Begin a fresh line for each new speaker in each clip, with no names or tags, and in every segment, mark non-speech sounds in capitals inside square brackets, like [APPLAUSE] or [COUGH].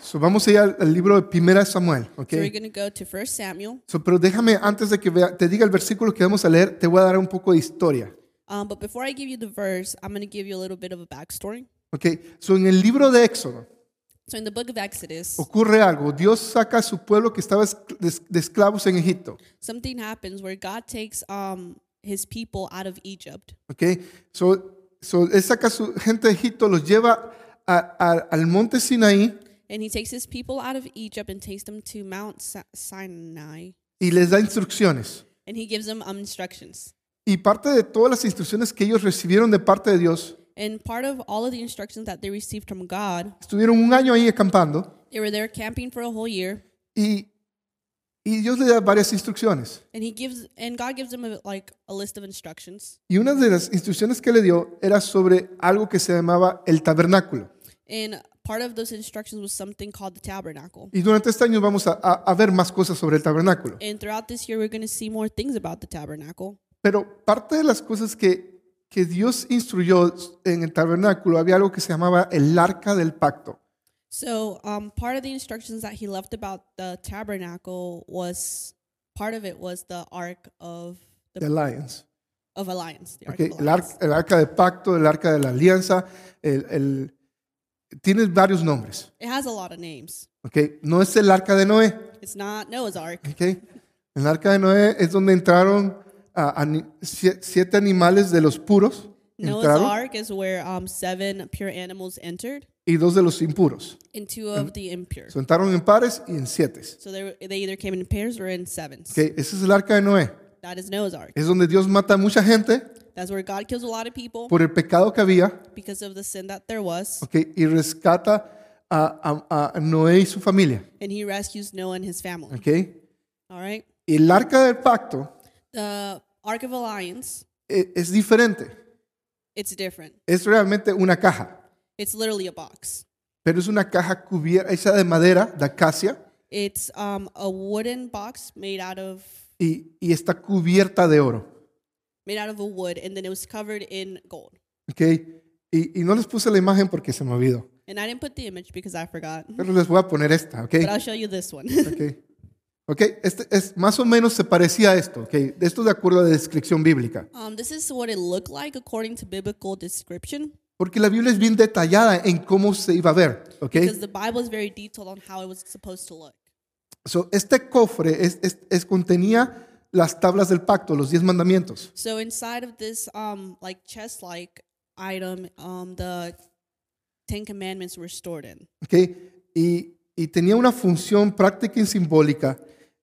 So, vamos a ir al, al libro de Primera Samuel, ¿ok?
So we're going to go to 1 Samuel.
So, pero déjame, antes de que vea- te diga el versículo que vamos a leer, te voy a dar un poco de historia.
Um, but before I give you the verse, I'm going to give you a little bit of a backstory.
¿ok? So, en el libro de Éxodo
So in the book of Exodus,
ocurre algo. Dios saca a su pueblo que estaba es- de- de esclavos en Egipto.
something happens where God takes um, his people out of Egypt.
¿ok? So, so, él saca a su gente de Egipto, los lleva a- a- al monte Sinaí
And he takes his people out of Egypt and takes them to Mount Sa- Sinai.
y les da instrucciones.
And he gives them um, instructions.
Y parte de todas las instrucciones que ellos recibieron de parte de Dios,
And part of all of the instructions that they received from God,
estuvieron un año ahí acampando
they were there camping for a whole year.
y, y Dios les da varias instrucciones.
And he gives, and God gives them a, like a list of instructions.
Y una de las instrucciones que le dio era sobre algo que se llamaba el tabernáculo.
And part of those instructions was something called the tabernacle.
Y durante este año vamos a, a- a ver más cosas sobre el tabernáculo.
And throughout this year, we're going to see more things about the tabernacle.
Pero parte de las cosas que, que Dios instruyó en el tabernáculo, había algo que se llamaba el arca del pacto.
So, um, part of the instructions that he left about the tabernacle was part of it was the Ark of the
The Alliance.
of Alliance. The Ark
Okay,
of
el,
Alliance.
arca, el arca del pacto, el arca de la alianza, el, el- tiene varios nombres.
It has a lot of names.
Okay? No es el arca de Noé.
It's not Noah's Ark.
[LAUGHS] Okay. El arca de Noé es donde entraron ah, ani- sie- siete animales de los puros
Noah's
entraron,
Ark is where um, seven pure animals entered
y dos de los impuros.
and two of the impure.
Mm-hmm. So, entraron en pares y en siete.
So they, were- they either came in pairs or in sevens.
Okay, Ese es el arca de Noé.
That is Noah's Ark.
Es donde Dios mata a mucha gente
That's where God kills a lot of people
por el pecado que había
because of the sin that there was,
okay, y rescata a, a- a Noé y su familia.
and He rescues Noah and his family.
Okay.
All right.
El arca del pacto
The Ark of Alliance,
e- es diferente.
it's different.
Es realmente una caja,
It's literally a box.
pero es una caja cubierta, hecha de madera, de acacia,
It's um, a wooden box made out of
y, y está cubierta de oro.
made out of a wood, and then it was covered in gold.
¿ok? Y, y no les puse la imagen porque se me olvidó,
And I didn't put the image because I forgot, [LAUGHS]
pero les voy a poner esta, ¿ok?
but I'll show you this one. [LAUGHS]
Ok, Ok, este es, más o menos se parecía a esto, ¿ok? Esto de acuerdo a la descripción bíblica,
um, this is what it looked like according to biblical description,
porque la Biblia es bien detallada en cómo se iba a ver, ¿ok?
because the Bible is very detailed on how it was supposed to look.
So, este cofre es, es- es- contenía las tablas del pacto, los diez mandamientos,
So inside of this um, like chest-like item, um, the Ten Commandments were stored in.
¿ok? Y, y tenía una función práctica y simbólica,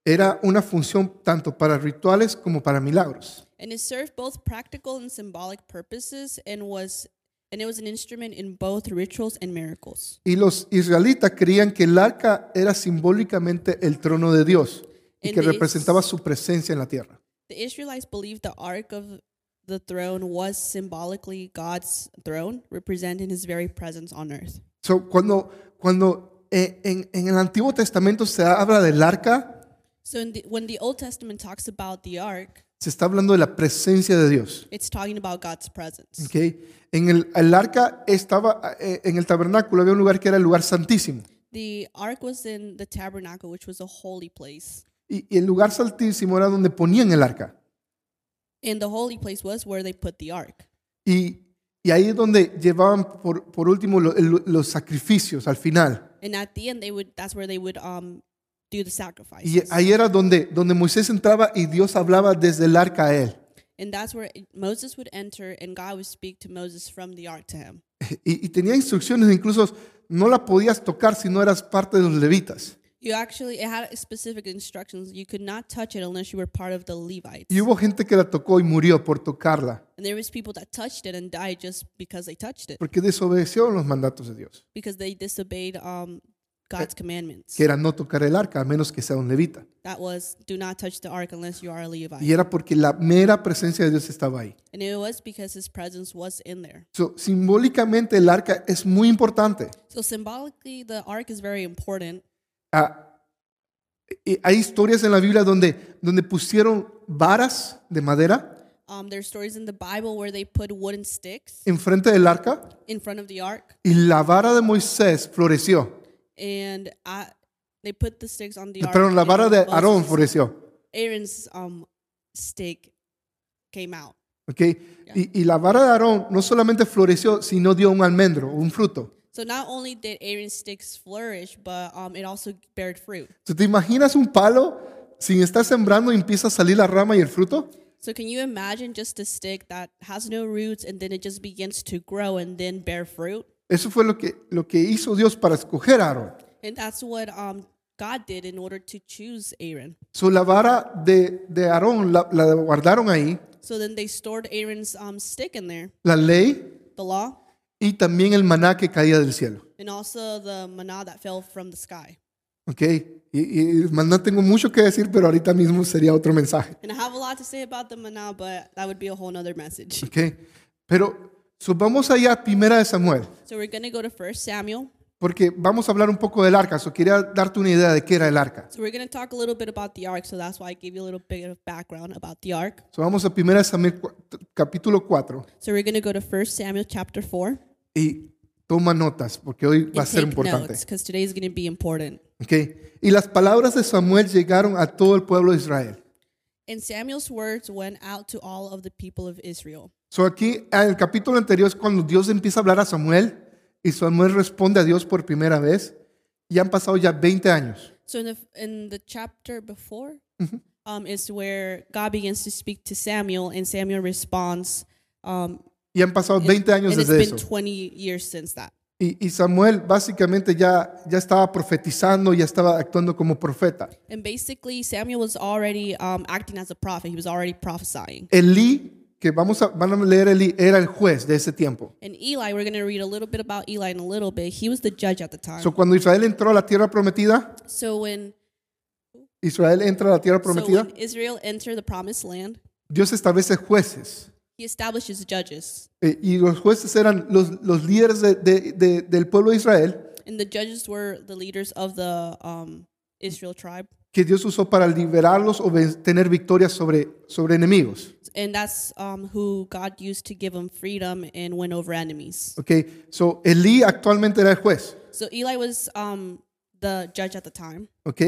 era una función tanto para rituales como para milagros.
and it served both practical and symbolic purposes and was and it was an instrument in both rituals and miracles
Y los israelitas creían que el arca era simbólicamente el trono de Dios y
And
que
they-
representaba su presencia en la tierra.
the israelites believed the ark of the throne was symbolically god's throne representing his very presence on earth
So, cuando cuando eh, en, en el Antiguo Testamento se habla del arca,
so in the, when the old testament talks about the ark
se está hablando de la presencia de Dios.
it's talking about god's presence
¿ok? En el, el arca estaba, eh, en el tabernáculo había un lugar que era el lugar santísimo.
the ark was in the tabernacle which was a holy place
Y, y el lugar santísimo era donde ponían el arca.
and the holy place was where they put the ark
Y, y ahí es donde llevaban por, por último lo- el- los sacrificios al final.
and at the end they would that's where they would um do the sacrifice
Y ahí era donde, donde Moisés entraba y Dios hablaba desde el arca a él.
And that's where it- Moses would enter and God would speak to Moses from the ark to him.
Y, y tenía instrucciones, incluso no la podías tocar si no eras parte de los levitas.
You actually, it had specific instructions. You could not touch it unless you were part of the Levites.
Y hubo gente que la tocó y murió por tocarla,
and there was people that touched it and died just because they touched it,
porque desobedecieron los mandatos de Dios,
because they disobeyed um, God's commandments.
que era no tocar el arca, a menos que sea un levita.
That was, do not touch the ark unless you are a Levite.
Y era porque la mera presencia de Dios estaba ahí.
And it was because his presence was in there.
So, simbólicamente el arca es muy importante.
So symbolically, the ark is very important.
Ah, y hay historias en la Biblia donde, donde pusieron varas de madera
Um, there are stories in the Bible where they put wooden sticks
enfrente del arca
in front of the ark,
Y la vara de Moisés floreció.
and I, they put the sticks on the ark.
Pero la
and
vara de
Moses-
Aarón floreció.
Aaron's um stick came out.
¿ok? Y, y la vara de Aarón no solamente floreció, sino dio un almendro, un fruto.
So not only did Aaron's sticks flourish, but um it also bared fruit.
¿Tú te imaginas un palo sin estar sembrando y empieza a salir la rama y el fruto?
So can you imagine just a stick that has no roots and then it just begins to grow and then bear fruit?
Eso fue lo que, lo que hizo Dios para escoger a Aarón.
And that's what um God did in order to choose Aaron.
So, la vara de, de Aarón la, la guardaron ahí,
So then they stored Aaron's um stick in there,
la ley
the law,
y también el maná que caía del cielo.
and also the maná that fell from the sky.
¿Ok? Y, y el maná tengo mucho que decir, pero ahorita mismo sería otro mensaje.
And I have a lot to say about the maná, but that would be a whole nother message. [LAUGHS]
¿Ok? Pero so, vamos allá a Primera de Samuel,
So we're gonna go to First Samuel.
porque vamos a hablar un poco del arca. So, quería darte una idea de qué era el arca.
So we're gonna talk a little bit about the ark. So that's why I gave you a little bit of background about the ark.
So, vamos a Primera de Samuel cua- capítulo 4
So we're gonna go to First Samuel chapter four.
y toma notas, porque hoy va a
and
ser
take
importante.
notes because today is gonna be important.
¿Ok? Y las palabras de Samuel llegaron a todo el pueblo de Israel.
And Samuel's words went out to all of the people of Israel.
So aquí, ah, en el capítulo anterior es cuando Dios empieza a hablar a Samuel y Samuel responde a Dios por primera vez. Y han pasado ya 20 años.
So in the in the chapter before,
Mm-hmm.
um, is where God begins to speak to Samuel, and Samuel responds. Um,
Y han pasado 20 años
and it's
desde
been
eso.
20 years since that.
Y, y Samuel básicamente ya, ya estaba profetizando, ya estaba actuando como profeta.
And basically, Samuel was already um, acting as a prophet. He was already prophesying.
Elí, que vamos a, van a leer Elí, era el juez de ese tiempo.
And Eli, we're going to read a little bit about Eli in a little bit. He was the judge at the time.
So cuando Israel entró a la tierra prometida,
so when
Israel entra a la tierra
so
prometida,
when Israel entered the promised land,
Dios establece jueces.
he establishes judges.
Eh, y los jueces eran los, los líderes de- de- de- del pueblo de Israel
And the judges were the leaders of the um, Israel tribe.
que Dios usó para liberarlos o ven- tener victoria sobre, sobre enemigos.
And that's um, who God used to give them freedom and win over enemies.
Ok, so Elí actualmente era el juez.
So Eli was um, the judge at the time.
Ok,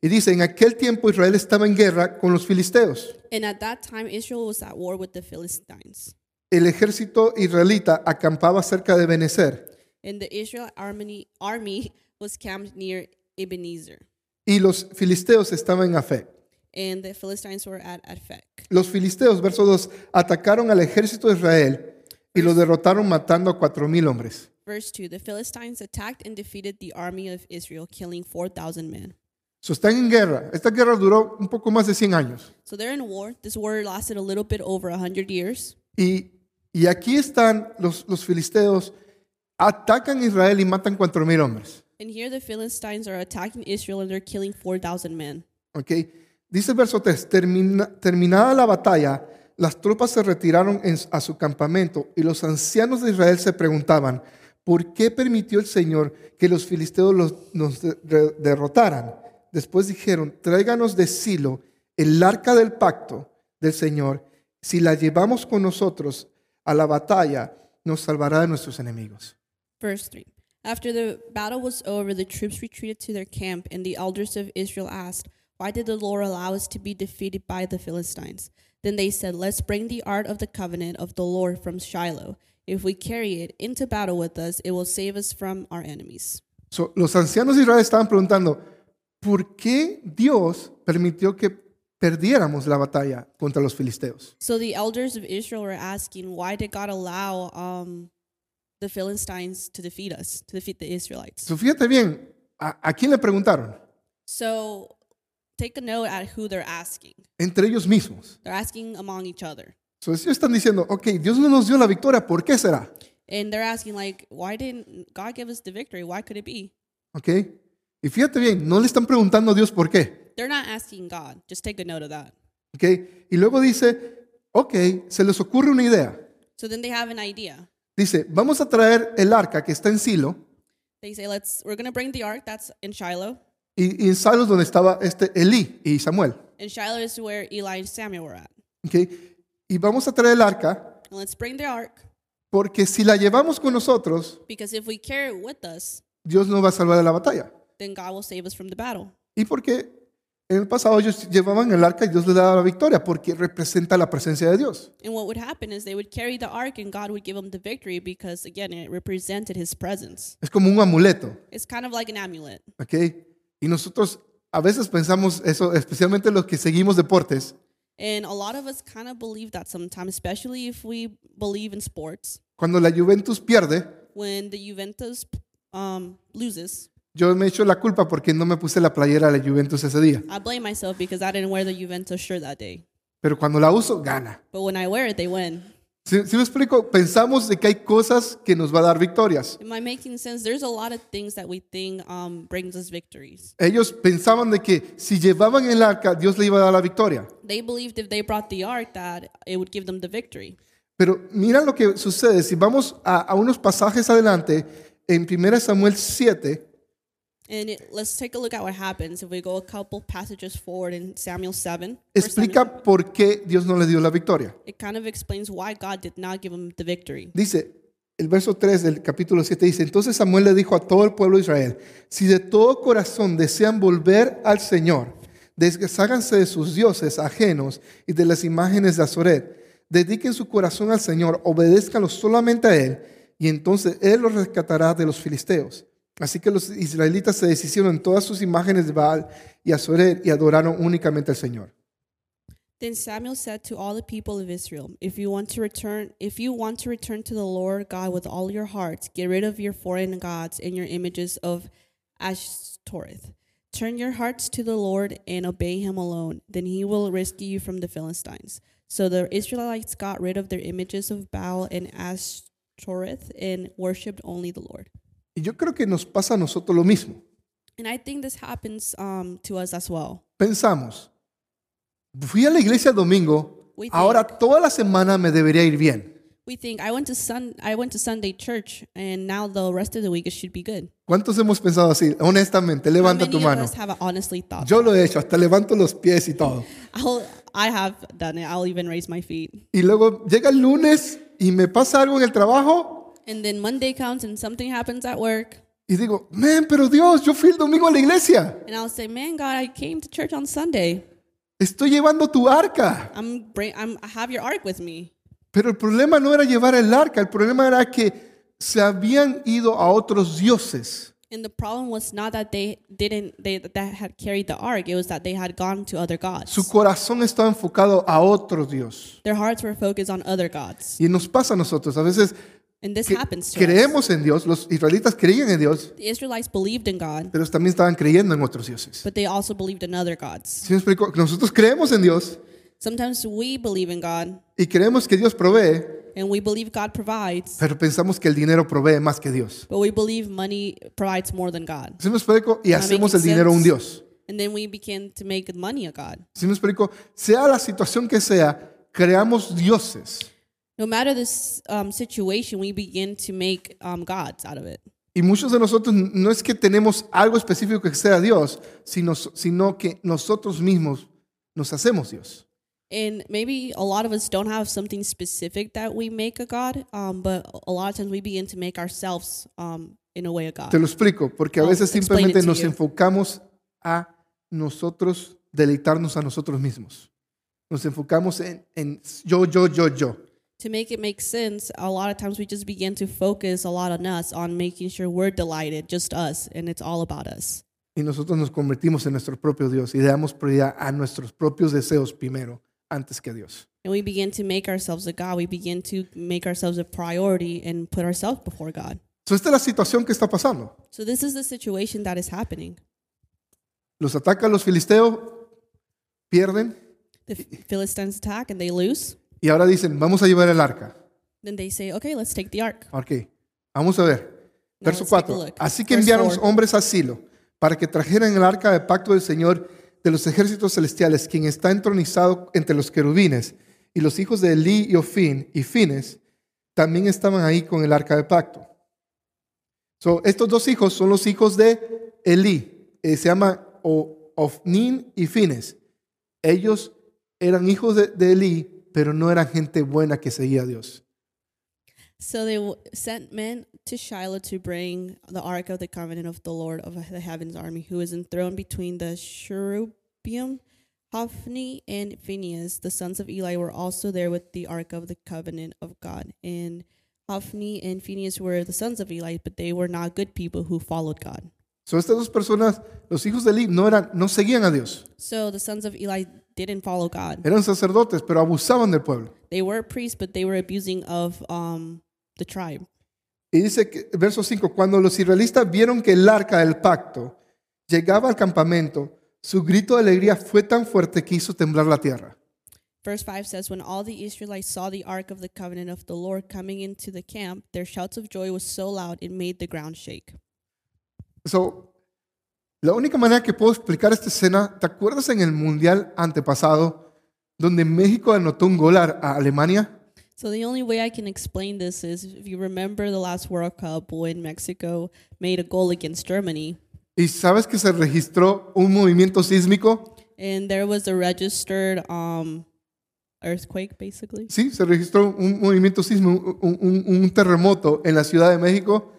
y dice: En aquel tiempo Israel estaba en guerra con los filisteos.
And at that time, Israel was at war with the Philistines.
El ejército israelita acampaba cerca de Benecer
And the Israel army, army was camped near Ebenezer.
y los filisteos estaban en Afec.
And the Philistines were at Adphek.
Los filisteos, verso 2, atacaron al ejército de Israel y lo derrotaron matando a cuatro mil hombres.
Verse 2 The Philistines attacked and defeated the army of Israel, killing 4,000 men.
So, están en guerra. Esta guerra duró un poco más de 100 años.
So they're in war. This war lasted a little bit over 100 years.
Y, y aquí están los, los filisteos, atacan a Israel y matan cuatro mil hombres.
And here the Philistines are attacking Israel and they're killing 4,000 men.
¿ok? Dice el verso 3, "Termina- terminada la batalla, las tropas se retiraron en- a su campamento y los ancianos de Israel se preguntaban, ¿por qué permitió el Señor que los filisteos los, nos de- de- derrotaran? Después dijeron, tráiganos de Silo el arca del pacto del Señor, si la llevamos con nosotros a la batalla, nos salvará de nuestros enemigos.
Verse 3 After the battle was over, the troops retreated to their camp, and the elders of Israel asked, Why did the Lord allow us to be defeated by the Philistines? Then they said, Let's bring the ark of the covenant of the Lord from Shiloh. If we carry it into battle with us, it will save us from our enemies.
So, los ancianos de Israel estaban preguntando, ¿por qué Dios permitió que perdiéramos la batalla contra los filisteos?
So the elders of Israel were asking, Why did God allow um, the Philistines to defeat us, to defeat the Israelites?
So, fíjate bien, ¿a, a quién le preguntaron?
So take a note at who they're asking.
Entre ellos mismos.
They're asking among each other.
So, ellos están diciendo, ok, Dios no nos dio la victoria, ¿por qué será?
And they're asking, like, why didn't God give us the victory? Why could it be?
Ok. Y fíjate bien, no le están preguntando a Dios por qué.
They're not asking God. Just take a note of that.
Ok. Y luego dice, ok, se les ocurre una idea.
So then they have an idea.
Dice, vamos a traer el arca que está en Silo,
They say, let's, we're going to bring the ark that's in Shiloh.
y, y en Silo es donde estaba este Elí y Samuel.
And Shiloh is where Eli and Samuel were at.
Ok. Y vamos a traer el arca
And let's bring the ark
Porque si la llevamos con nosotros,
because if we carry it with us,
Dios nos va a salvar de la batalla.
then God will save us from the battle.
Y porque en el pasado ellos llevaban el arca y Dios les daba la victoria porque representa la presencia de Dios.
And what would happen is they would carry the ark and God would give them the victory because, again, it represented his presence.
Es como un amuleto.
It's kind of like an amulet.
¿ok? Y nosotros a veces pensamos eso, especialmente los que seguimos deportes,
And a lot of us kind of believe that sometimes, especially if we believe in sports.
cuando la Juventus pierde,
When the Juventus um, loses,
yo me echo la culpa porque no me puse la playera de la Juventus ese día.
I blame myself because I didn't wear the Juventus shirt that day.
Pero cuando la uso, gana.
But when I wear it, they win.
Si, me explico, pensamos de que hay cosas que nos va a dar victorias.
Am I making sense? There's a lot of things that we think um, brings us victories.
Ellos pensaban de que si llevaban el arca, Dios le iba a dar la victoria.
They believed if they brought the ark that it would give them the victory.
Pero mira lo que sucede. Si vamos a, a unos pasajes adelante, en 1 Samuel 7,
And it, let's take a look at what happens if we go a couple passages forward in Samuel 7. or Samuel,
explica por qué Dios no le dio la victoria.
it kind of explains why God did not give them the victory.
Dice, el verso 3 del capítulo 7 dice, entonces Samuel le dijo a todo el pueblo de Israel, si de todo corazón desean volver al Señor, desháganse de sus dioses ajenos y de las imágenes de Azoret, dediquen su corazón al Señor, obedézcanlo solamente a Él, y entonces Él los rescatará de los filisteos. Así que los israelitas se deshicieron en todas sus imágenes de Baal y Azoret y adoraron únicamente al Señor.
Then Samuel said to all the people of Israel, If you want to return, if you want to return to the Lord God with all your heart, get rid of your foreign gods and your images of Ashtoreth. Turn your hearts to the Lord and obey him alone, then he will rescue you from the Philistines. So the Israelites got rid of their images of Baal and Ashtoreth and worshipped only the Lord.
Y yo creo que nos pasa a nosotros lo mismo.
And I think this happens um, to us as well.
pensamos, fui a la iglesia el domingo,
We think-
ahora toda la semana me debería ir bien.
We think I went to Sun I went to Sunday church and now the rest of the week it should be good.
¿Cuántos hemos pensado así? Honestamente,
How
levanta
many
tu
of
mano.
us have honestly thought?
Yo lo he hecho, hasta levanto los pies y todo.
I'll, I have done it. I'll even raise my feet.
Y luego llega el lunes y me pasa algo en el trabajo
And then Monday comes and something happens at work,
y digo, man, pero Dios, yo fui el domingo a la iglesia.
and I'll say, "Man, God, I came to church on Sunday.
Estoy llevando tu arca.
I'm bring, I'm I have your ark with me."
Pero el problema no era llevar el arca, el problema era que se habían ido a otros dioses.
And the problem was not that they didn't they that had carried the ark. It was that they had gone to other gods.
Su corazón estaba enfocado a otro Dios.
Their hearts were focused on other gods,
Y nos pasa a nosotros. A veces
and this
que-
happens to us.
creemos en Dios, los israelitas creían en Dios,
The Israelites believed in God,
pero también estaban creyendo en otros dioses.
but they also believed in other gods.
¿Sí me explico? Nosotros creemos en Dios
Sometimes we believe in God
y creemos que Dios provee,
and we believe God provides,
pero pensamos que el dinero provee más que Dios.
But we believe money provides more than God.
¿Sí me explico? Y hacemos el
making
dinero un
sense.
Dios.
And then we begin to make money a God.
¿Sí me explico? Sea la situación que sea, creamos dioses.
No matter this um, situation, we begin to make um, gods out of it.
Y muchos de nosotros no es que tenemos algo específico que sea Dios, sino, sino que nosotros mismos nos hacemos Dios.
And maybe a lot of us don't have something specific that we make a God, um, but a lot of times we begin to make ourselves, um, in a way, a
Te
God.
lo explico, porque a
I'll
veces
Oh, explain
simplemente
it to
nos
you.
enfocamos a nosotros, deleitarnos a nosotros mismos. Nos enfocamos en, en yo, yo, yo, yo.
To make it make sense, a lot of times we just begin to focus a lot on us, on making sure we're delighted, just us, and it's all about us.
Y nosotros nos convertimos en nuestro propio Dios y le damos prioridad a nuestros propios deseos primero, antes que a Dios.
And we begin to make ourselves a God. We begin to make ourselves a priority and put ourselves before God.
So, esta es la situación que está pasando.
So this is the situation that is happening.
Los atacan los filisteos, pierden
The Philistines attack and they lose.
y ahora dicen, vamos a llevar el arca.
Then they say, "Okay, let's take the ark."
Ok, vamos a ver.
Now
Verso
let's take a
4.
look.
Así que
Verse
enviaron los
four.
hombres a Silo para que trajeran el arca del pacto del Señor de los ejércitos celestiales, quien está entronizado entre los querubines. Y los hijos de Elí y Ofín y Fines también estaban ahí con el arca del pacto. So, estos dos hijos son los hijos de Elí. eh, se llama O- Ofnín y Fines. Ellos eran hijos de, de Elí, pero no eran gente buena que seguía a Dios.
So they w- sent men to Shiloh to bring the ark of the covenant of the Lord of the heavens army, who is enthroned between the cherubim. Hophni and Phinehas, the sons of Eli, were also there with the ark of the covenant of God. And Hophni and Phinehas were the sons of Eli, but they were not good people who followed God.
So estas dos personas, los hijos de Eli, no, eran, no seguían a Dios.
So the sons of Eli didn't follow God.
Eran sacerdotes, pero abusaban del pueblo.
They were priests, but they were abusing of um, the tribe.
Y dice, que, verso 5, cuando los israelitas vieron que el arca del pacto llegaba al campamento, su grito de alegría fue tan fuerte que hizo temblar la tierra.
Verse 5 says, When all the Israelites saw the ark of the covenant of the Lord coming into the camp, their shouts of joy was so loud it made the ground shake.
So, la única manera que puedo explicar esta escena, ¿te acuerdas en el mundial antepasado, donde México anotó un gol a a Alemania?
So the only way I can explain this is if you remember the last World Cup when Mexico made a goal against Germany,
¿Y sabes que se registró un movimiento sísmico?
and there was a registered um, earthquake, basically.
Sí, se registró un movimiento sísmico, un, un- un terremoto en la Ciudad de México,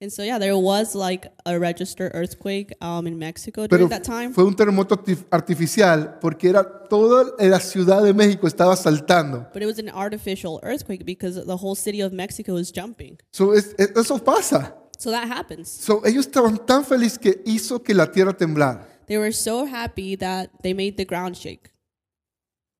And so yeah, there was like a registered earthquake um, in Mexico
pero
during that time.
fue un terremoto arti- artificial porque era toda la Ciudad de México estaba saltando.
But it was an artificial earthquake because the whole city of Mexico is jumping.
So, es- es- eso pasa.
So that happens.
So, ellos estaban tan felices que hizo que la tierra temblara
They were so happy that they made the ground shake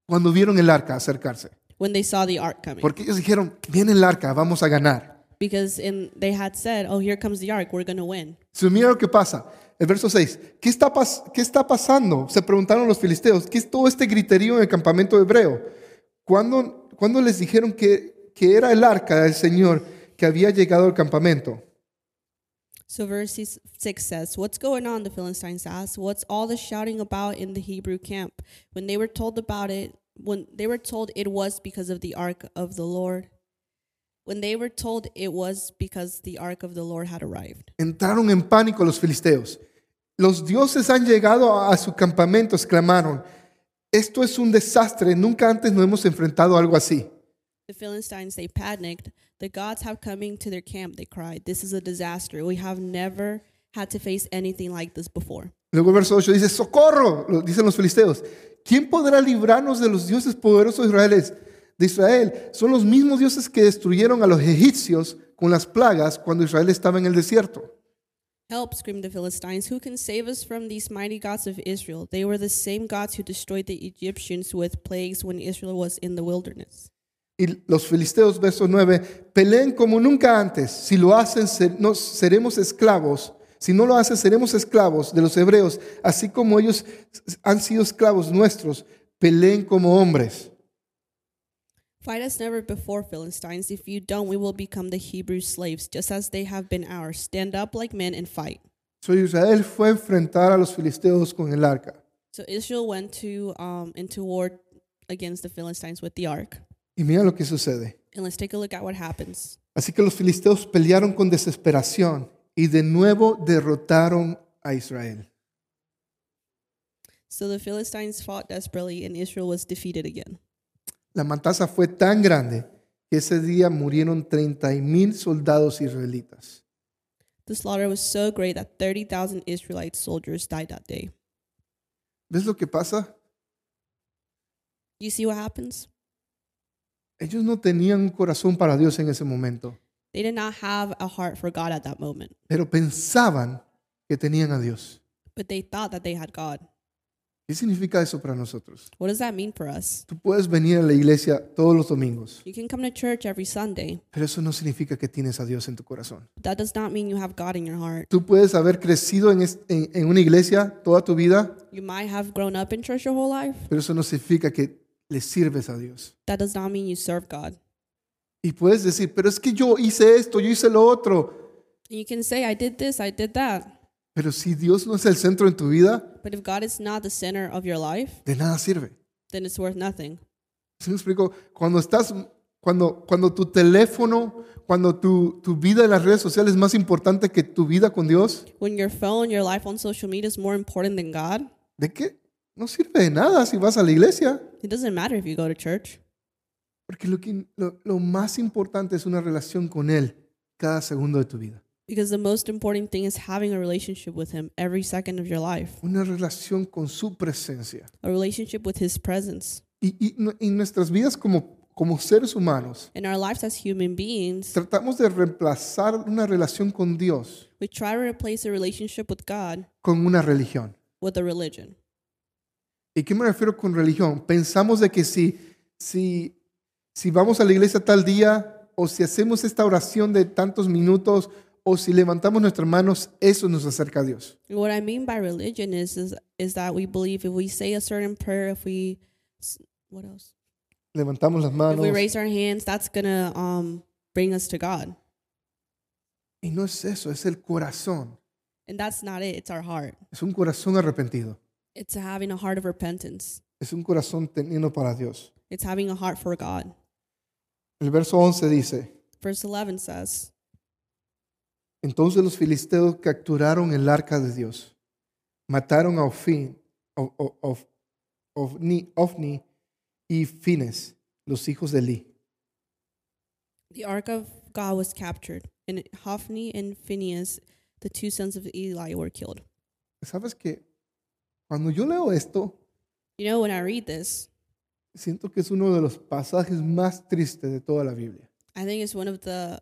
cuando vieron el arca acercarse.
when they saw the ark coming.
Porque ellos dijeron, viene el arca, vamos a ganar.
Because in, they had said, oh, here comes the ark, we're going to win.
So, mira lo que pasa. El verso 6. ¿Qué está, pas- ¿Qué está pasando? Se preguntaron los filisteos. ¿Qué es todo este griterío en el campamento hebreo? ¿Cuándo, cuándo les dijeron que, que era el arca del Señor que había llegado al campamento?
So verse s- 6 says, What's going on? The Philistines asked. What's all the shouting about in the Hebrew camp? When they were told about it, when they were told it was because of the ark of the Lord. When they were told it was because the ark of the Lord had arrived.
Entraron en pánico los filisteos. Los dioses han llegado a, a su campamento, exclamaron. Esto es un desastre, nunca antes no hemos enfrentado algo así.
The Philistines, they panicked. The gods have coming to their camp, they cried. This is a disaster. We have never had to face anything like this before.
Luego el verso 8 dice, socorro, lo dicen los filisteos. ¿Quién podrá librarnos de los dioses poderosos israeles? de Israel? Son los mismos dioses que destruyeron a los egipcios con las plagas cuando Israel estaba en el desierto.
Help, screamed the Philistines. Who can save us from these mighty gods of Israel? They were the same gods who destroyed the Egyptians with plagues when Israel was in the wilderness.
Y los filisteos, verso 9, peleen como nunca antes. Si lo hacen, se- no, seremos esclavos. Si no lo hacen, seremos esclavos de los hebreos, así como ellos han sido esclavos nuestros. Peleen como hombres.
Fight us never before, Philistines. If you don't, we will become the Hebrew slaves, just as they have been ours. Stand up like men and fight.
So Israel fue a enfrentar a los filisteos con el arca.
So Israel went to um, into war against the Philistines with the ark.
Y mira lo que sucede.
And let's take a look at what happens.
Así que los filisteos pelearon con desesperación y de nuevo derrotaron a Israel.
So the Philistines fought desperately, and Israel was defeated again.
La matanza fue tan grande que ese día murieron 30 mil soldados israelitas.
The slaughter was so great that 30,000 Israelite soldiers died that day.
¿Ves lo que pasa?
You see what happens?
Ellos no tenían un corazón para Dios en ese momento,
They did not have a heart for God at that moment,
pero pensaban que tenían a Dios.
but they thought that they had God.
¿Qué significa eso para nosotros?
What does that mean for us?
Tú puedes venir a la iglesia todos los domingos,
You can come to church every Sunday,
pero eso no significa que tienes a Dios en tu corazón.
but that does not mean you have God in your heart.
Tú puedes haber crecido en, es- en- en una iglesia toda tu vida,
You might have grown up in church your whole life.
pero eso no significa que le sirves a Dios.
That does not mean you serve God.
Y puedes decir, pero es que yo hice esto, yo hice lo otro.
And you can say, I did this, I did that.
Pero si Dios no es el centro en tu vida,
But if God is not the center of your life,
de nada sirve.
then it's worth nothing.
¿Sí me explico? Cuando estás, cuando, cuando tu teléfono, cuando tu, tu vida en las redes sociales es más importante que tu vida con Dios,
When your phone, your life on social media is more important than God,
¿de qué? No sirve de nada si vas a la iglesia.
it doesn't matter if you go to church.
Porque lo, que- lo- lo más importante es una relación con Él cada segundo de tu vida.
Because the most important thing is having a relationship with Him every second of your life,
Una relación con su presencia.
a relationship with His presence.
Y, y nu- y nuestras vidas como, como seres humanos,
In our lives as human beings,
tratamos de reemplazar una relación con Dios
we try to replace a relationship with God
con una religión.
with a religion.
¿Y qué me refiero con religión? Pensamos de que si, si, si vamos a la iglesia tal día, o si hacemos esta oración de tantos minutos, o si levantamos nuestras manos, eso nos acerca a Dios.
And what I mean by religion is is is that we believe if we say a certain prayer, if we s- what else?
Levantamos las
If
manos.
we raise our hands, that's gonna um bring us to God.
Y no es eso, es el corazón.
And that's not it. It's our heart.
Es un corazón arrepentido.
It's having a heart of repentance.
Es un corazón teniendo para Dios.
It's having a heart for God.
El verso 11 dice,
Verse 11 says,
entonces los filisteos capturaron el arca de Dios, mataron a Ofín, of, of- of- Ofni, Ofni y Fines, los hijos de Eli.
The ark of God was captured, and Hophni and Phinehas, the two sons of Eli, were killed.
¿Sabes qué? Cuando yo leo esto,
You know, when I read this,
siento que es uno de los pasajes más tristes de toda la Biblia.
I think it's one of the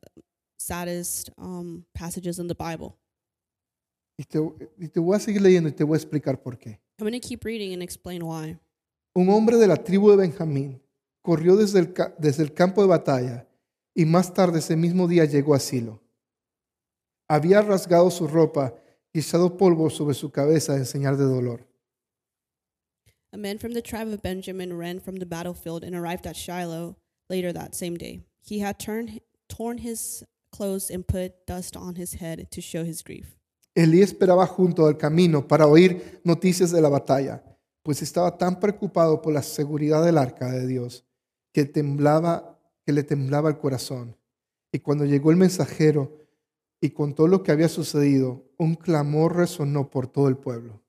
saddest um, passages in the Bible.
Y te, y te voy a seguir leyendo y te voy a explicar por qué.
I'm going to keep reading and explain why.
Un hombre de la tribu de Benjamín corrió desde el, ca- desde el campo de batalla y más tarde ese mismo día llegó a Silo. Había rasgado su ropa y echado polvo sobre su cabeza en señal de dolor.
A man from the tribe of Benjamin ran from the battlefield and arrived at Shiloh later that same day. He had turned, torn his clothes and put dust on his head to show his grief.
Elí esperaba junto al camino para oír noticias de la batalla, pues estaba tan preocupado por la seguridad del arca de Dios que temblaba, que le temblaba el corazón. Y cuando llegó el mensajero y contó lo que había sucedido, un clamor resonó por todo el pueblo.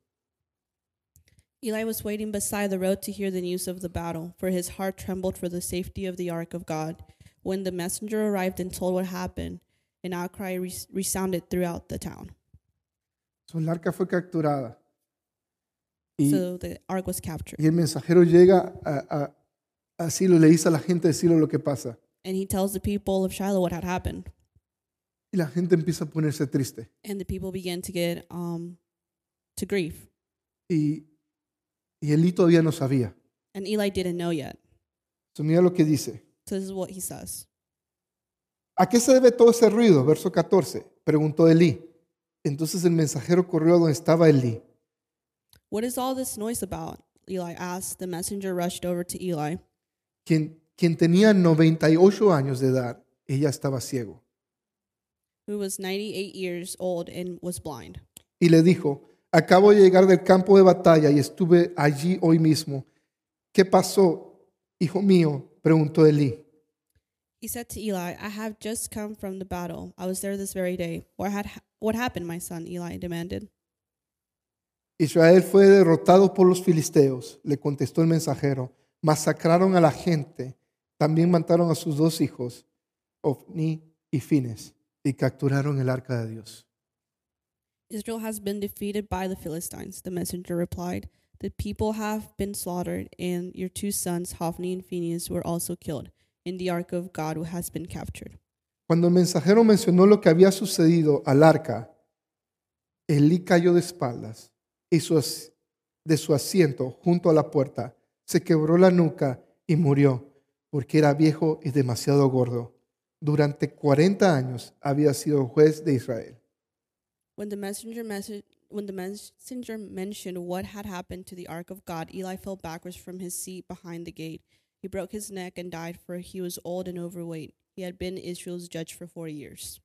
Eli was waiting beside the road to hear the news of the battle, for his heart trembled for the safety of the ark of God. When the messenger arrived and told what happened, an outcry res- resounded throughout the town.
So, el arca fue capturada. Y,
So the ark was captured.
y el mensajero llega a, a, a Silo y le dice a la gente de Silo lo que pasa.
And he tells the people of Shiloh what had happened.
Y la gente empieza a ponerse triste.
And the people began to get um to grief.
Y, y Elí todavía no sabía.
And Eli didn't know yet.
So, mira lo que dice.
So this is what he says.
¿A qué se debe todo ese ruido? Verso 14. Preguntó Elí. Entonces el mensajero corrió a donde estaba Elí.
What is all this noise about? Eli asked. The messenger rushed over to Eli.
Quien, quien tenía 98 años de edad, ella estaba ciego.
who was 98 years old and was blind.
y le dijo, acabo de llegar del campo de batalla y estuve allí hoy mismo. ¿Qué pasó, hijo mío? preguntó Elí.
He said to Eli, I have just come from the battle. I was there this very day. What had what happened, my son? Eli demanded.
Israel fue derrotado por los filisteos, le contestó el mensajero. Masacraron a la gente, también mataron a sus dos hijos, Ofni y Fines, y capturaron el arca de Dios.
Israel has been defeated by the Philistines, the messenger replied. The people have been slaughtered, and your two sons, Hophni and Phinehas, were also killed, and the ark of God has been captured.
Cuando el mensajero mencionó lo que había sucedido al arca, Elí cayó de espaldas y su as- de su asiento junto a la puerta se quebró la nuca y murió, porque era viejo y demasiado gordo. Durante 40 años había sido juez de Israel.
When the messenger message when the messenger mentioned what had happened to the ark of God, Eli fell backwards from his seat behind the gate. He broke his neck and died, for he was old and overweight. He had been Israel's judge for forty years.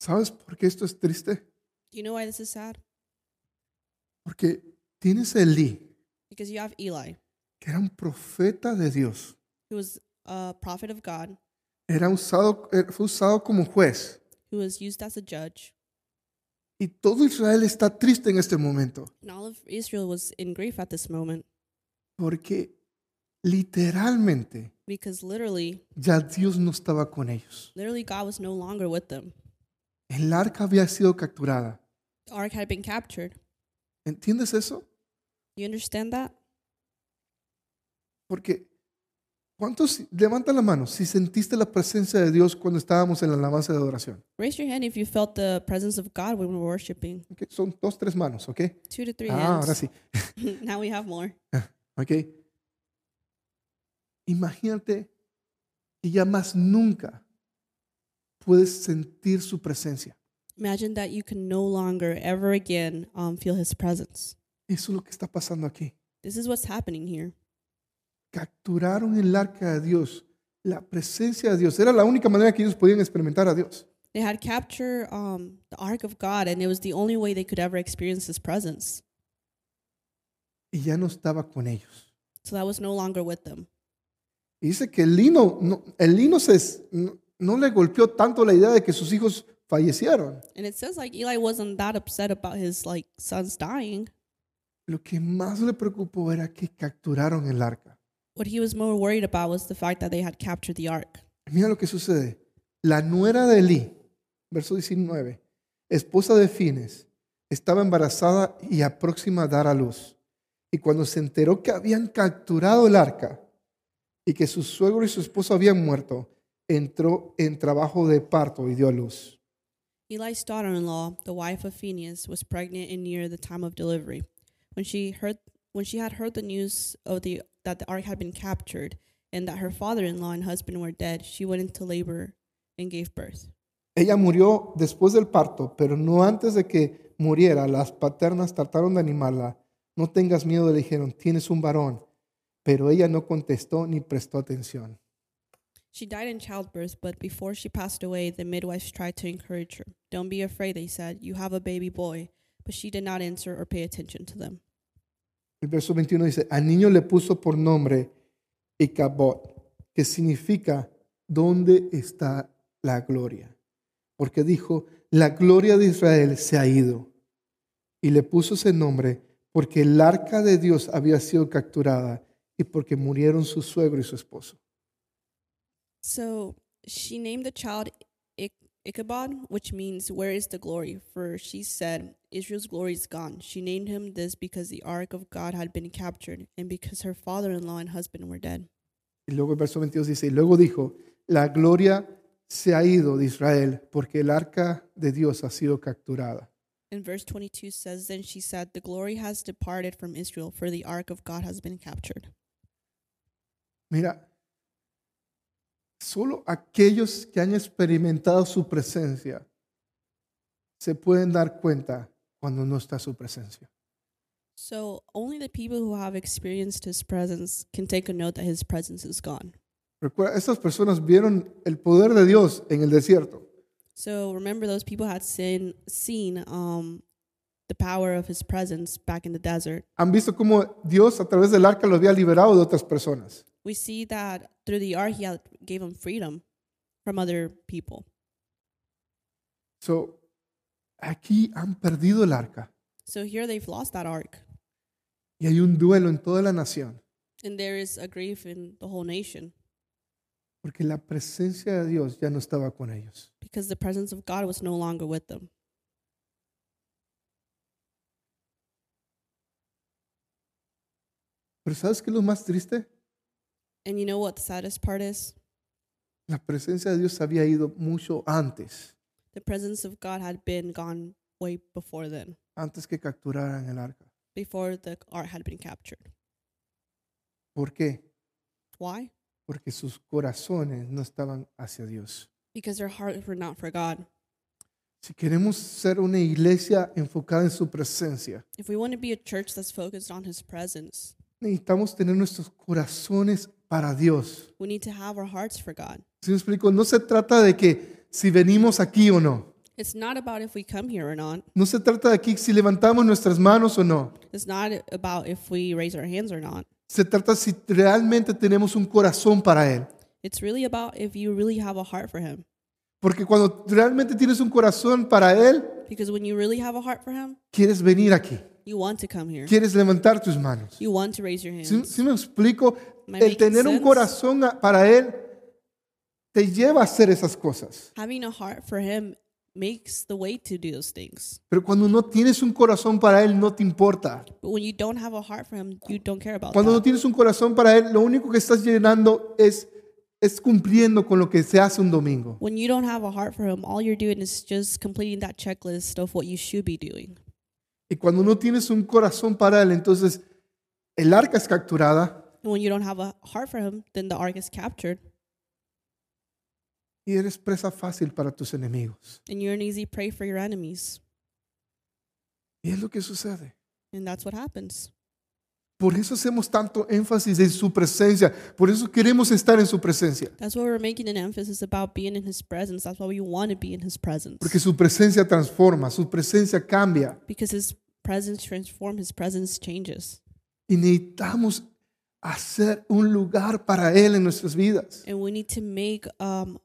¿Sabes por qué esto es triste?
Do you know why this is sad?
Porque tienes a Elí,
Because you have Eli,
que era un profeta de Dios.
who was a prophet of God,
Era usado, eh, fue usado como juez.
who was used as a judge,
Y todo Israel está triste en este momento.
and all of Israel was in grief at this moment
Porque literalmente
because literally,
ya Dios no estaba con ellos.
literally God was no longer with them.
El arca había sido capturada.
The ark had been captured.
¿Entiendes eso?
You understand that?
Porque ¿cuántos levanta la mano si sentiste la presencia de Dios cuando estábamos en la alabanza de adoración?
Raise your hand if you felt the presence of God when we were worshiping.
Ok, Son dos, tres manos, ¿ok?
Two to three
Ah, ahora
[LAUGHS] hands.
sí.
now we have more.
¿Ok? Imagínate que ya más nunca puedes sentir su presencia.
Imagine that you can no longer ever again um, feel his presence.
Eso es lo que está pasando aquí.
This is what's happening here.
Capturaron el arca de Dios, la presencia de Dios. Era la única manera que ellos podían experimentar a Dios.
They had captured um, the ark of God, and it was the only way they could ever experience his presence.
Y ya no estaba con ellos.
So that was no longer with them.
Y dice que el lino, no, el lino se, no, no le golpeó tanto la idea de que sus hijos fallecieron.
And it says like Eli wasn't that upset about his like sons dying.
Lo que más le preocupó era que capturaron el arca.
What he was more worried about was the fact that they had captured the ark.
Mira lo que sucede. La nuera de Elí, verso 19, esposa de Fines, estaba embarazada y a próxima a dar a luz. Y cuando se enteró que habían capturado el arca y que su suegro y su esposo habían muerto, entró en trabajo de parto y dio a luz.
Eli's daughter in law, the wife of Phinehas, was pregnant and near the time of delivery. When she heard when she had heard the news of the that the ark had been captured and that her father in law and husband were dead, she went into labor and gave birth.
Ella murió después del parto, pero no antes de que muriera. Las paternas trataron de animarla. No tengas miedo, le dijeron, tienes un varón. Pero ella no contestó ni prestó atención.
She died in childbirth, but before she passed away, the midwives tried to encourage her. Don't be afraid, they said. You have a baby boy. But she did not answer or pay attention to them.
El verso 21 dice, al niño le puso por nombre Icabod, que significa ¿dónde está la gloria? Porque dijo, la gloria de Israel se ha ido. Y le puso ese nombre porque el arca de Dios había sido capturada y porque murieron su suegro y su esposo.
So she named the child Ich- Ichabod, which means "Where is the glory?" For she said, "Israel's glory is gone." She named him this because the ark of God had been captured, and because her father-in-law and husband were dead.
Y luego el verso 22 dice, y luego dijo, la gloria se ha ido de Israel porque el arca de Dios ha sido capturada.
And verse 22 says, "Then she said, The glory has departed from Israel, for the ark of God has been captured."
Mira, solo aquellos que han experimentado su presencia se pueden dar cuenta cuando no está su presencia.
So only the people who have experienced His presence can take a note that His presence is gone.
Recuerda, estas personas vieron el poder de Dios en el desierto.
So remember, those people had sin, seen um, the power of His presence back in the desert.
Han visto cómo Dios a través del arca los había liberado de otras personas.
we see that through the art he had- gave him freedom from other people
So, aquí han perdido el arca
so here they've lost that ark
y hay un duelo en toda la nación
and there is a grief in the whole nation
porque la presencia de Dios ya no estaba con ellos.
because the presence of god was no longer with them
Pero ¿sabes qué es lo más triste?
and you know what the saddest part is
La presencia de Dios se había ido mucho antes.
the presence of god had been gone way before then
antes que capturaran el arca.
before the ark had been captured
¿Por qué?
why
Porque sus corazones no estaban hacia Dios.
because their hearts were not for god
Si queremos ser una iglesia enfocada en su presencia,
if we want to be a church that's focused on his presence
necesitamos tener nuestros corazones para Dios.
we need to have our hearts for god
¿Sí me explico? No se trata de que si venimos aquí o no.
it's not about if we come here or not
No se trata de que si levantamos nuestras manos o no.
It's not about if we raise our hands or not.
Se trata si realmente tenemos un corazón para Él.
It's really about if you really have a heart for Him.
Porque cuando realmente tienes un corazón para Él,
Because when you really have a heart for Him,
quieres venir aquí.
you want to come here.
Quieres levantar tus manos.
You want to raise your
Si,
hands.
me explico,
Am I
el
making
tener un
sense?
corazón a- para Él te lleva a hacer esas cosas.
Having a heart for Him makes the way to do those things.
Pero cuando no tienes un corazón para Él, no te importa.
But when you don't have a heart for Him, you don't care about
Cuando no
that.
tienes un corazón para Él, lo único que estás llenando es, es cumpliendo con lo que se hace un domingo.
When you don't have a heart for Him, all you're doing is just completing that checklist of what you should be doing.
Y cuando no tienes un corazón para Él, entonces el arca es capturada
And when you don't have a heart for Him, then the ark is captured
y eres presa fácil para tus enemigos.
and you're an easy prey for your enemies.
Y es lo que sucede.
And that's what happens.
Por eso hacemos tanto énfasis en su presencia. Por eso queremos estar en su presencia.
That's why we're making an emphasis about being in His presence. That's why we want to be in His presence.
Porque su presencia transforma, su presencia cambia.
Because His presence transforms, His presence changes.
Y necesitamos hacer un lugar para Él en nuestras vidas.
and we need to make um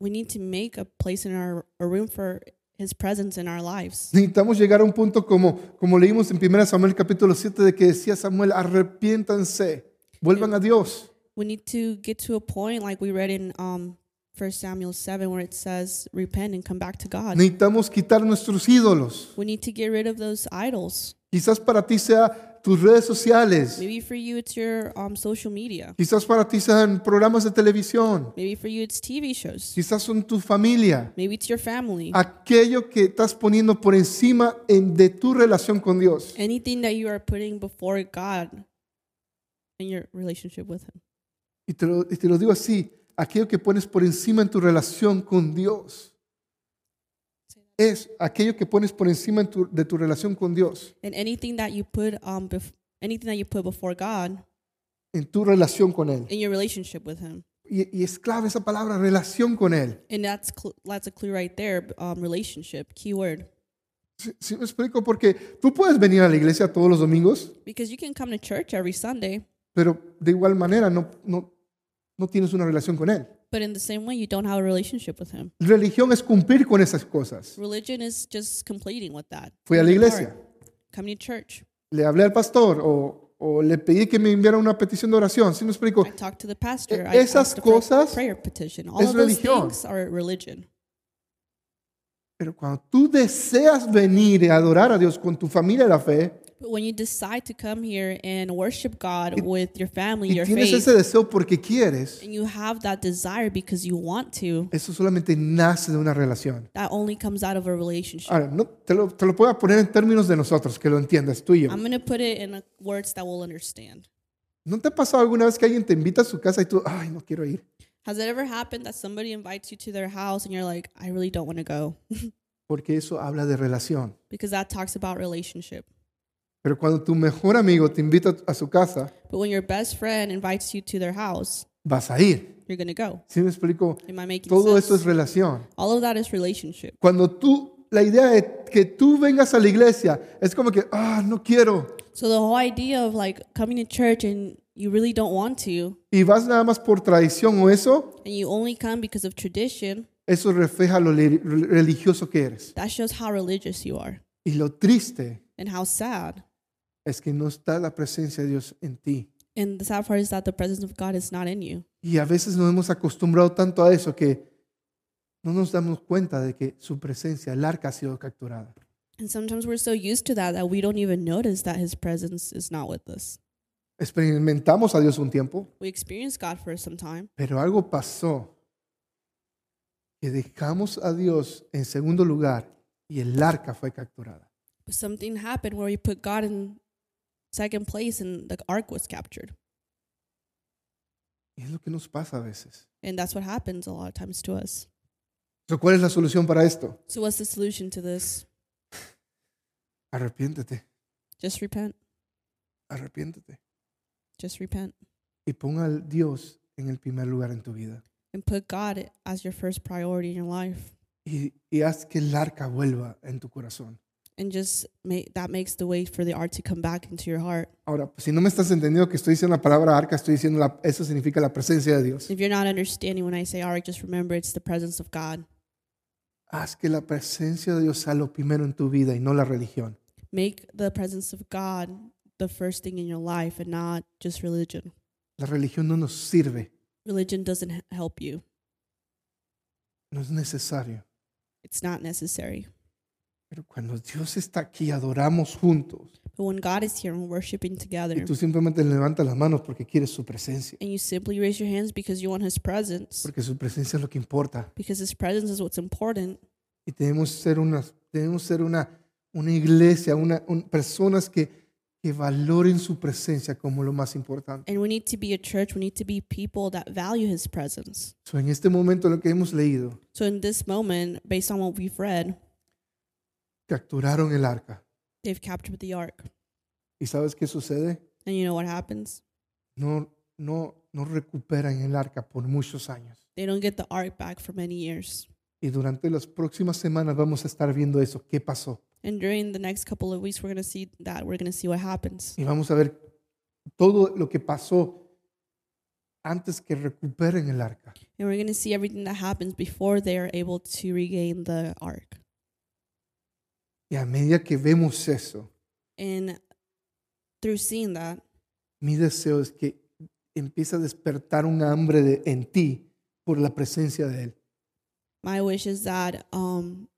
we need to make a place in our a room for his presence in our lives
Necesitamos llegar a un punto como, como leímos en 1 Samuel capítulo 7 de que decía Samuel, arrepiéntanse, vuelvan a Dios.
we need to get to a point like we read in um first samuel 7 where it says repent and come back to god
Necesitamos quitar nuestros ídolos.
we need to get rid of those idols
Quizás para ti sea tus redes sociales,
maybe for you it's your um social media
quizás para ti sean programas de televisión,
maybe for you it's tv shows
quizás son tu familia,
maybe it's your family
aquello que estás poniendo por encima en- de tu relación con Dios.
anything that you are putting before god in your relationship with him
Y te lo, y te lo digo así, aquello que pones por encima en tu relación con Dios es aquello que pones por encima en tu- de tu relación con Dios,
and anything that you put um bef- anything that you put before god
en tu relación con Él.
in your relationship with him
Y, y es clave esa palabra, relación con Él.
and that's cl- that's a clue right there um, relationship keyword
Si, si me explico, porque tú puedes venir a la iglesia todos los domingos,
because you can come to church every sunday
pero de igual manera no, no, no tienes una relación con Él.
but in the same way you don't have a relationship with him
Religión es cumplir con esas cosas.
religion is just completing with that
Fui a la iglesia,
coming to church
le hablé al pastor o, o le pedí que me enviara una petición de oración. Si me explico, [LAUGHS]
i talked to the pastor I
Esas
asked for a
cosas
prayer petition all
es
of those
religión.
things are religion
Pero cuando tú deseas venir a adorar a Dios con tu familia de la fe
but when you decide to come here and worship god with your family
y
your
tienes
faith
ese deseo porque quieres,
and you have that desire because you want to
eso solamente nace de una relación.
that only comes out of a relationship
Ahora, no, te, lo, te lo voy a poner en términos de nosotros, que lo entiendas tú y yo.
i'm going to put it in a, words that we'll understand
¿No te ha pasado alguna vez que alguien te invita a su casa y tú, ay, no quiero ir?
Has it ever happened that somebody invites you to their house and you're like, I really don't want to go? [LAUGHS]
Porque eso habla de relación.
because that talks about relationship.
Pero cuando tu mejor amigo te invita a su casa,
But when your best friend invites you to their house,
vas a ir.
you're going to go.
¿Sí me explico?
Am I making
Todo
sense?
eso es relación.
All of that is relationship.
Cuando tú, la idea de que tú vengas a la iglesia es como que, ah, no quiero.
So the whole idea of like coming to church and you really don't want to,
y vas nada más por tradición o eso,
and you only come because of tradition,
eso refleja lo li- religioso que eres.
that shows how religious you are
Y lo triste
and how sad.
es que no está la presencia de Dios en ti.
And the sad part is that the presence of God is not in you.
Y a veces nos hemos acostumbrado tanto a eso que no nos damos cuenta de que su presencia, el arca, ha sido capturada.
And sometimes we're so used to that that we don't even notice that his presence is not with us.
Experimentamos a Dios un tiempo,
We experience God for some time.
pero algo pasó que dejamos a Dios en segundo lugar y el arca fue capturada.
But something happened where we put God in second place and the ark was captured.
Y es lo que nos pasa a veces.
And that's what happens a lot of times to us.
So, ¿Cuál es la solución para esto?
So, what's the solution to this?
Arrepiéntete.
Just repent.
arrepiéntete
Just repent
y ponga al Dios en el primer lugar en tu vida
and put God as your first priority in your life.
y, y haz que el arca vuelva en tu corazón.
And just make, that makes the way for the ark to come back into your heart.
Ahora, pues, si no me estás entendiendo que estoy diciendo la palabra arca, estoy diciendo la- eso significa la presencia de Dios.
If you're not understanding when I say ark, just remember it's the presence of God.
Haz que la presencia de Dios sea lo primero en tu vida y no la religión.
Make the presence of God the first thing in your life and not just religion.
La religión no nos sirve,
Religion doesn't h- help you,
no es necesario.
it's not necessary.
Pero cuando Dios está aquí, adoramos juntos.
But when God is here and worshiping
Y
together,
tú simplemente levantas las manos porque quieres su presencia.
and you simply raise your hands because you want His presence,
Porque su presencia es lo que importa.
because His presence is what's important,
Y debemos ser, unas, debemos ser una, una iglesia, una, un- personas que, que valoren su presencia como lo más importante.
and we need to be a church, we need to be people that value His presence.
So, en este momento lo que hemos leído,
So in this moment, based on what we've read,
capturaron el arca.
they've captured the ark.
¿Y sabes qué sucede?
And you know what happens?
No, no, no recuperan el arca por muchos años.
They don't get the ark back for many years.
Y durante las próximas semanas vamos a estar viendo eso, qué pasó.
And during the next couple of weeks, we're going to see that. We're going to see what happens.
Y vamos a ver todo lo que pasó antes que recuperen el arca.
And we're going to see everything that happens before they are able to regain the ark.
Y a medida que vemos eso,
And through seeing that,
mi deseo es que empiece a despertar un hambre de- en ti por la presencia de Él.
my wish is that um,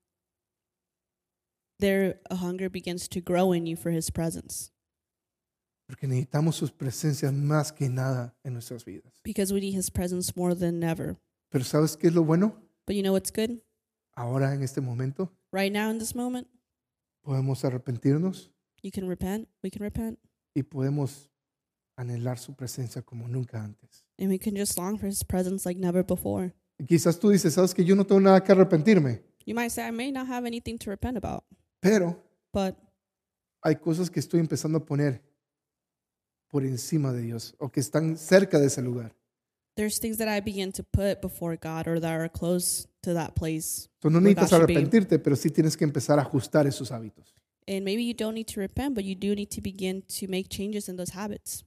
their hunger begins to grow in you for his presence
Porque necesitamos sus presencias más que nada en nuestras vidas.
because we need his presence more than ever.
Pero ¿sabes qué es lo bueno?
But you know what's good?
Ahora en este momento
Right now, in this moment,
podemos arrepentirnos
you can repent. We can repent.
y podemos anhelar su presencia como nunca antes.
And we can just long for his presence like never before.
Y quizás tú dices, sabes que yo no tengo nada que arrepentirme,
You might say, I may not have anything to repent about,
pero
but
hay cosas que estoy empezando a poner por encima de Dios o que están cerca de ese lugar.
there's things that I begin to put before God or that are close to that place.
Tú no
Where
necesitas
God should be.
arrepentirte, pero sí tienes que empezar a ajustar esos hábitos.
And maybe you don't need to repent, but you do need to begin to make changes in those habits.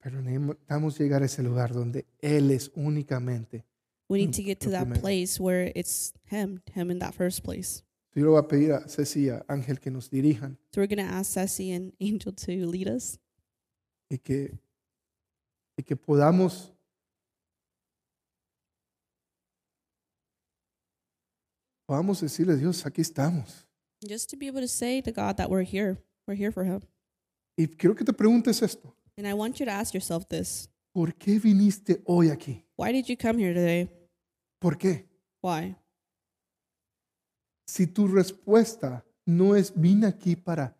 Pero necesitamos llegar a ese lugar donde Él es únicamente.
We need
Mm,
to get to
lo
that
primero.
place where it's Him, Him in that first place.
Yo le voy a pedir a Ceci y a Ángel que nos dirijan
So we're going to ask Ceci and [LAUGHS] Angel to lead us
y que, y que podamos podamos decirle Dios, aquí estamos.
just to be able to say to God that we're here. We're here for Him.
Y quiero que te preguntes esto.
And I want you to ask yourself this
¿Por qué viniste hoy aquí?
Why did you come here today?
¿Por qué?
Why?
Si tu respuesta no es vine aquí para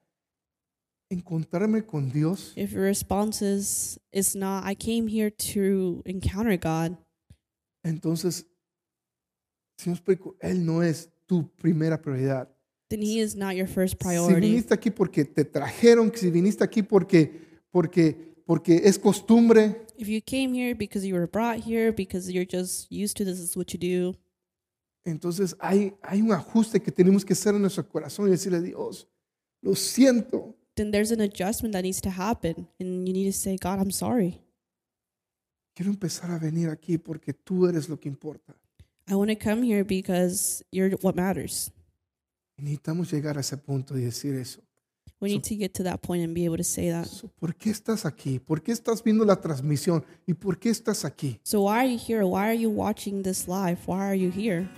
encontrarme con Dios,
If your response is, is not, I came here to encounter God,
entonces, si me explico, Él no es tu primera prioridad.
then He is not your first
Si
priority.
viniste aquí porque te trajeron, si viniste aquí porque, porque, porque es costumbre,
If you came here because you were brought here, because you're just used to this, is what you do,
entonces hay, hay un ajuste que tenemos que hacer en nuestro corazón y decirle, Dios, lo siento,
then there's an adjustment that needs to happen. And you need to say, God, I'm sorry.
quiero empezar a venir aquí porque tú eres lo que importa.
I want to come here because you're what matters.
Y Necesitamos llegar a ese punto y decir eso.
We
So-
need to get to that point and be able to say that.
So, ¿Por qué estás aquí? ¿Por qué estás viendo la transmisión? ¿Y por qué estás aquí?
So, why are you here? Why are you watching this live? Why are you here?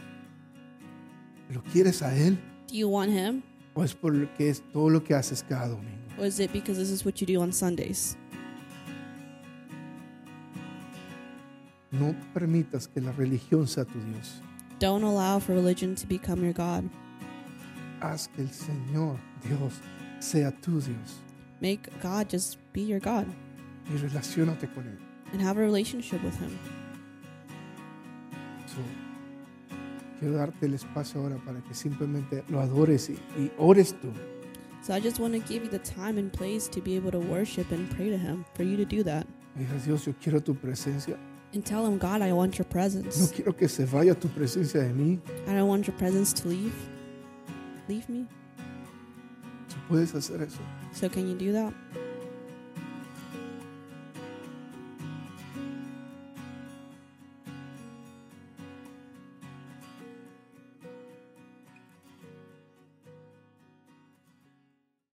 ¿Lo quieres a Él?
Do you want Him?
¿O es por lo que es todo lo que haces cada domingo?
Or is it because this is what you do on Sundays?
No permitas que la religión sea tu Dios.
Don't allow for religion to become your God.
Haz que el Señor Dios sea tu Dios
Make God just be your God
y relacionate con Él.
and have a relationship with Him.
So, quiero darte el espacio ahora para que simplemente lo adores y, y ores tú.
So I just want to give you the time and place to be able to worship and pray to Him, for you to do that.
Y digas, Dios, yo quiero tu presencia.
And tell Him, God, I want your
No
presence.
quiero que se vaya tu presencia de mí.
I don't want your presence to leave. Leave me.
Tú puedes hacer eso.
So can you do that?